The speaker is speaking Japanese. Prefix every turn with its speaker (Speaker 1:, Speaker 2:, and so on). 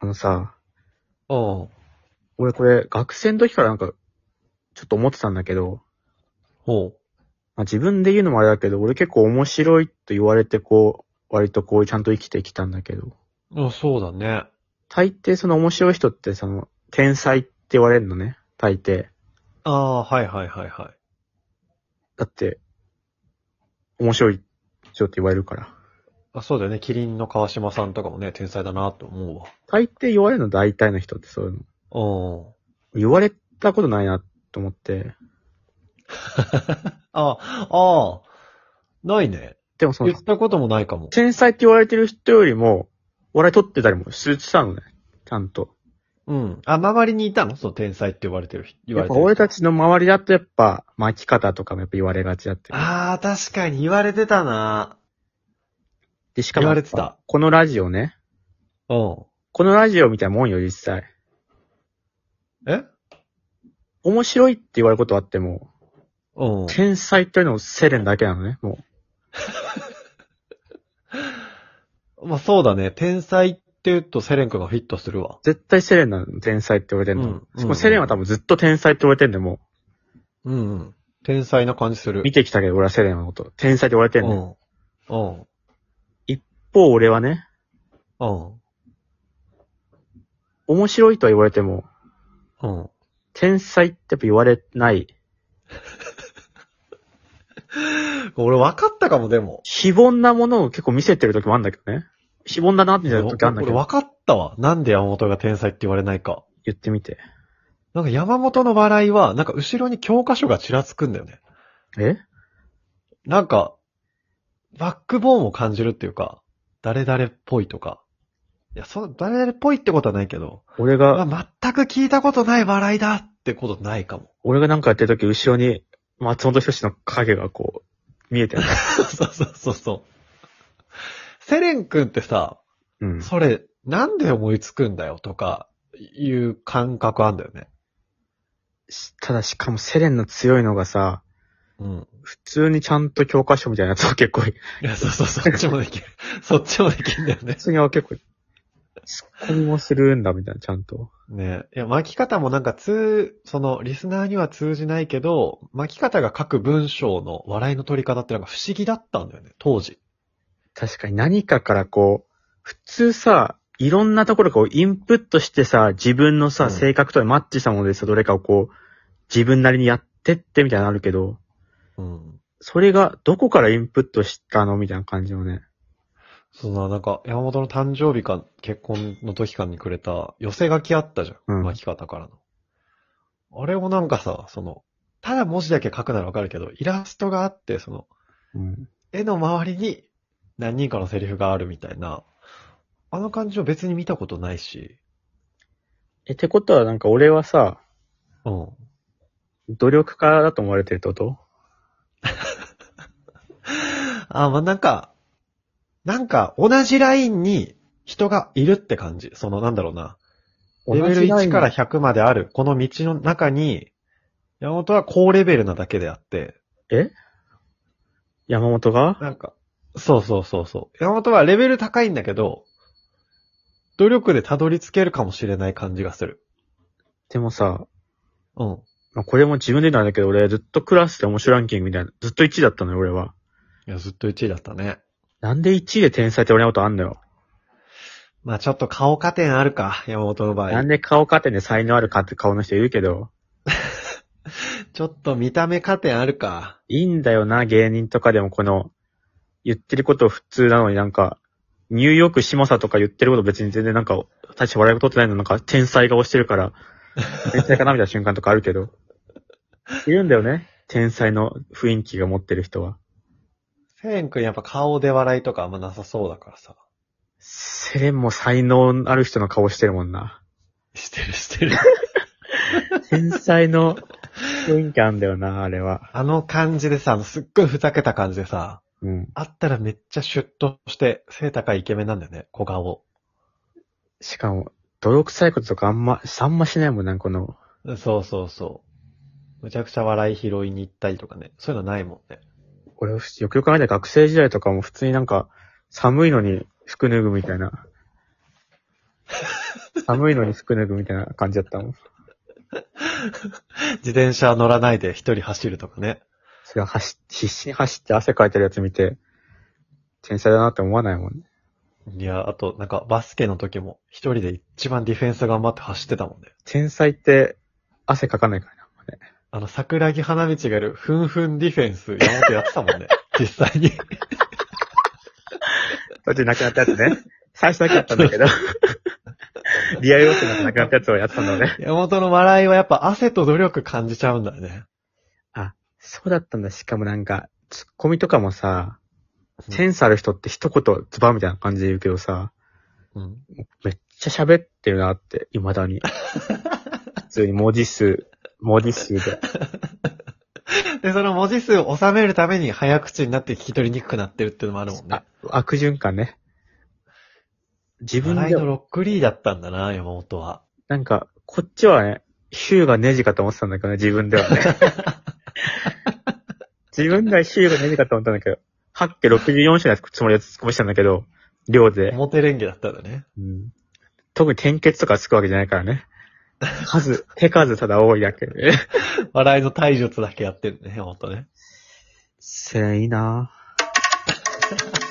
Speaker 1: あのさ、
Speaker 2: おう、
Speaker 1: 俺これ学生の時からなんか、ちょっと思ってたんだけど、
Speaker 2: ほう、
Speaker 1: まあ、自分で言うのもあれだけど、俺結構面白いと言われてこう、割とこうちゃんと生きてきたんだけど、
Speaker 2: あ、そうだね。
Speaker 1: 大抵その面白い人ってその、天才って言われるのね、大抵。
Speaker 2: ああ、はいはいはいは
Speaker 1: だって、面白い人って言われるから。
Speaker 2: い。あ、そうだよね。キリンの川島さんとかもね、天才だなと思うわ。
Speaker 1: 大抵言われるの大体の人ってそういうの。
Speaker 2: おう。
Speaker 1: 言われたことないなと思って、
Speaker 2: あ、ああ、ないね。
Speaker 1: でもその
Speaker 2: 言っ、たこともないかも。
Speaker 1: 天才って言われてる人よりも、笑い取ってたりもすてたのね、ちゃんと。
Speaker 2: うん。あ、周りにいたのその天才って言われてる人、言わ
Speaker 1: やっ
Speaker 2: れ
Speaker 1: ぱ
Speaker 2: てる人。
Speaker 1: 俺たちの周りだとやっぱ巻き方とかもやっぱ言われがちだって。
Speaker 2: ああ、確かに言われてたな。
Speaker 1: で、しか
Speaker 2: 言
Speaker 1: も
Speaker 2: わ
Speaker 1: や
Speaker 2: れ
Speaker 1: ってぱ
Speaker 2: た。
Speaker 1: このラジオね。
Speaker 2: うん。
Speaker 1: このラジオみたいなもんよ、実際。
Speaker 2: え
Speaker 1: 面白いって言われることはあっても、
Speaker 2: うん。
Speaker 1: 天才っていうのをセレンだけなのね、も
Speaker 2: まあそうだね。天才って言うとセレン君がフィットするわ
Speaker 1: う。。絶対セレンなの、天才って言われてんの。
Speaker 2: うん
Speaker 1: しかもセレンは多分ずっと天才って言われてんで、も
Speaker 2: うんうん。天才な感じする
Speaker 1: う。見。てきたけど、俺はセレンのこと。天才って言われてん
Speaker 2: う
Speaker 1: の、
Speaker 2: ん。うん。
Speaker 1: 一方、俺はね、
Speaker 2: うん。
Speaker 1: 面白いとは言われても、
Speaker 2: うん。
Speaker 1: 天才ってやっぱ言われない。
Speaker 2: 俺分かったかも、でも。
Speaker 1: 非凡なものを結構見せてる時もあるんだけどね。非凡だなって言
Speaker 2: 俺
Speaker 1: った時あるんだ
Speaker 2: 俺
Speaker 1: けど、
Speaker 2: 分かったわ。なんで山本が天才って言われないか。
Speaker 1: 言ってみて。
Speaker 2: なんか山本の笑いは、なんか後ろに教科書がちらつくんだよね。
Speaker 1: え
Speaker 2: なんか、バックボーンを感じるっていうか、誰々っぽいとか。いや、そ、誰々っぽいってことはないけど、
Speaker 1: 俺が、
Speaker 2: まあ、全く聞いたことない笑いだってことないかも。
Speaker 1: 俺がなんかやってるとき、後ろに松本人志の影がこう、見えてる。
Speaker 2: そうそうそうそう。セレン君ってさ、
Speaker 1: うん。
Speaker 2: それ、なんで思いつくんだよとか、いう感覚あんだよね。
Speaker 1: しただしかもセレンの強いのがさ、
Speaker 2: うん。
Speaker 1: 普通にちゃんと教科書みたいなやつを結構、普
Speaker 2: いや、そうそう、そっちもできる。そっちもできるんだよね。
Speaker 1: 通には結構、ツッコミもするんだみたいな、ちゃんと。
Speaker 2: ねいや、巻き方もなんか通、その、リスナーには通じないけど、巻き方が書く文章の笑いの取り方ってなんか不思議だったんだよね、当時。
Speaker 1: 確かに何かからこう、普通さ、いろんなところこうインプットしてさ、自分の
Speaker 2: う
Speaker 1: さ、
Speaker 2: ん
Speaker 1: 性格とマッチしたものでさ、どれかをこう、自分なりにやってってみたいなのあるけど、
Speaker 2: うん。
Speaker 1: それがどこからインプットしたのみたいな感じのね。
Speaker 2: そのなんか、山本の誕生日か、結婚の時かにくれた寄せ書きあったじゃ
Speaker 1: うん
Speaker 2: ん。巻き方からの。あれもなんかさ、その、ただ文字だけ書くならわかるけど、イラストがあって、その、
Speaker 1: うん。
Speaker 2: 絵の周りに何人かのセリフがあるみたいな、あの感じを別に見たことないし、
Speaker 1: え、ってことはなんか俺はさ、
Speaker 2: うん。
Speaker 1: 努力家だと思われてるってこと
Speaker 2: あ、まあ、なんか、なんか同じラインに人がいるって感じ。そのなんだろうな。レベル1から100まである、この道の中に、山本は高レベルなだけであって、
Speaker 1: 山本が
Speaker 2: なんか、そうそうそうそう。山本はレベル高いんだけど、努力でたどり着けるかもしれない感じがする。
Speaker 1: でもさ、
Speaker 2: うん。
Speaker 1: まあ、これも自分で言うのはあれだけど、俺ずっとクラスで面白いランキングみたいな、ずっと1位だったのよ、俺は。
Speaker 2: いや、ずっと1位だったね。
Speaker 1: なんで1位で天才って俺のことあんのよ。
Speaker 2: まあちょっと顔加点あるか、山本の場
Speaker 1: な
Speaker 2: 合
Speaker 1: ん。で顔加点で才能あるかって顔の人いるけど、
Speaker 2: ちょっと見た目加点あるか。
Speaker 1: いいんだよな、芸人とかでもこの、言ってること普通なのになんか、ニューヨーク下さとか言ってること別に全然なんか、大して笑いが取ってないのなんか天才顔してるから、天才かなみたいな瞬間とかあるけど。いるんだよね。天才の雰囲気が持ってる人は。
Speaker 2: セレン君やっぱ顔で笑いとかあんまなさそうだからさ。
Speaker 1: セレンも才能ある人の顔してるもんな。
Speaker 2: してるしてる。
Speaker 1: 天才の雰囲気あんだよな、あれは。
Speaker 2: あの感じでさ、あのすっごいふざけた感じでさ、
Speaker 1: うん。
Speaker 2: あったらめっちゃシュッとして背高いイケメンなんだよね、小顔。
Speaker 1: しかも、泥臭いこととかあんま、あんましないもんな、この。
Speaker 2: そうそうそう。むちゃくちゃ笑い拾いに行ったりとかね。そういうのないもんね。
Speaker 1: 俺、よくよく考えたら学生時代とか も普通になんか、寒いのに服脱ぐみたいな。寒いのに服脱ぐみたいな感じだったもん。
Speaker 2: 自転車乗らないで一人走るとかね。
Speaker 1: それは走必死に走って汗かいてるやつ見て、天才だなって思わないもんね。
Speaker 2: いや、あと、なんかバスケの時も一人で一番ディフェンス頑張って走ってたもんね。
Speaker 1: 天才って汗かかないからな。
Speaker 2: あの、桜木花道がいるふんふんディフェンス、山本やってたも んね。実際に。
Speaker 1: 途中なくなったやつね。 最初だけやったんだ けど。リアルロックなんてなくなったやつをやってたんだね。
Speaker 2: 山本の笑いはやっぱ汗と努力感じちゃうんだね。
Speaker 1: そうだったんだ。しかもなんか、ツッコミとかもさ、
Speaker 2: うん
Speaker 1: センスある人って一言ズバンみたいな感じで言うけどさ、
Speaker 2: うん。
Speaker 1: めっちゃ喋ってるなって、未だ に。普通に文字数、文字数で。
Speaker 2: で、その文字数を収めるために早口になって聞き取りにくくなってるっていうのもあるもんね
Speaker 1: あ。悪循環ね。自分
Speaker 2: 笑い
Speaker 1: で
Speaker 2: の
Speaker 1: も、
Speaker 2: ロックリーだったんだな、山本は。
Speaker 1: なんか、こっちはね、ヒューがネジかと思ってたんだけどね、自分で はね。自分ではヒューがネジかと思ったんだけど、8家64種のやつつもりで突っ込みしたんだけど、量で。
Speaker 2: 表レンゲだったんだね。
Speaker 1: うん特に点結とかつくわけじゃないからね。数、手数ただ多いだ け。
Speaker 2: 笑いの体術だけやってるね、山本ね。
Speaker 1: せいなぁ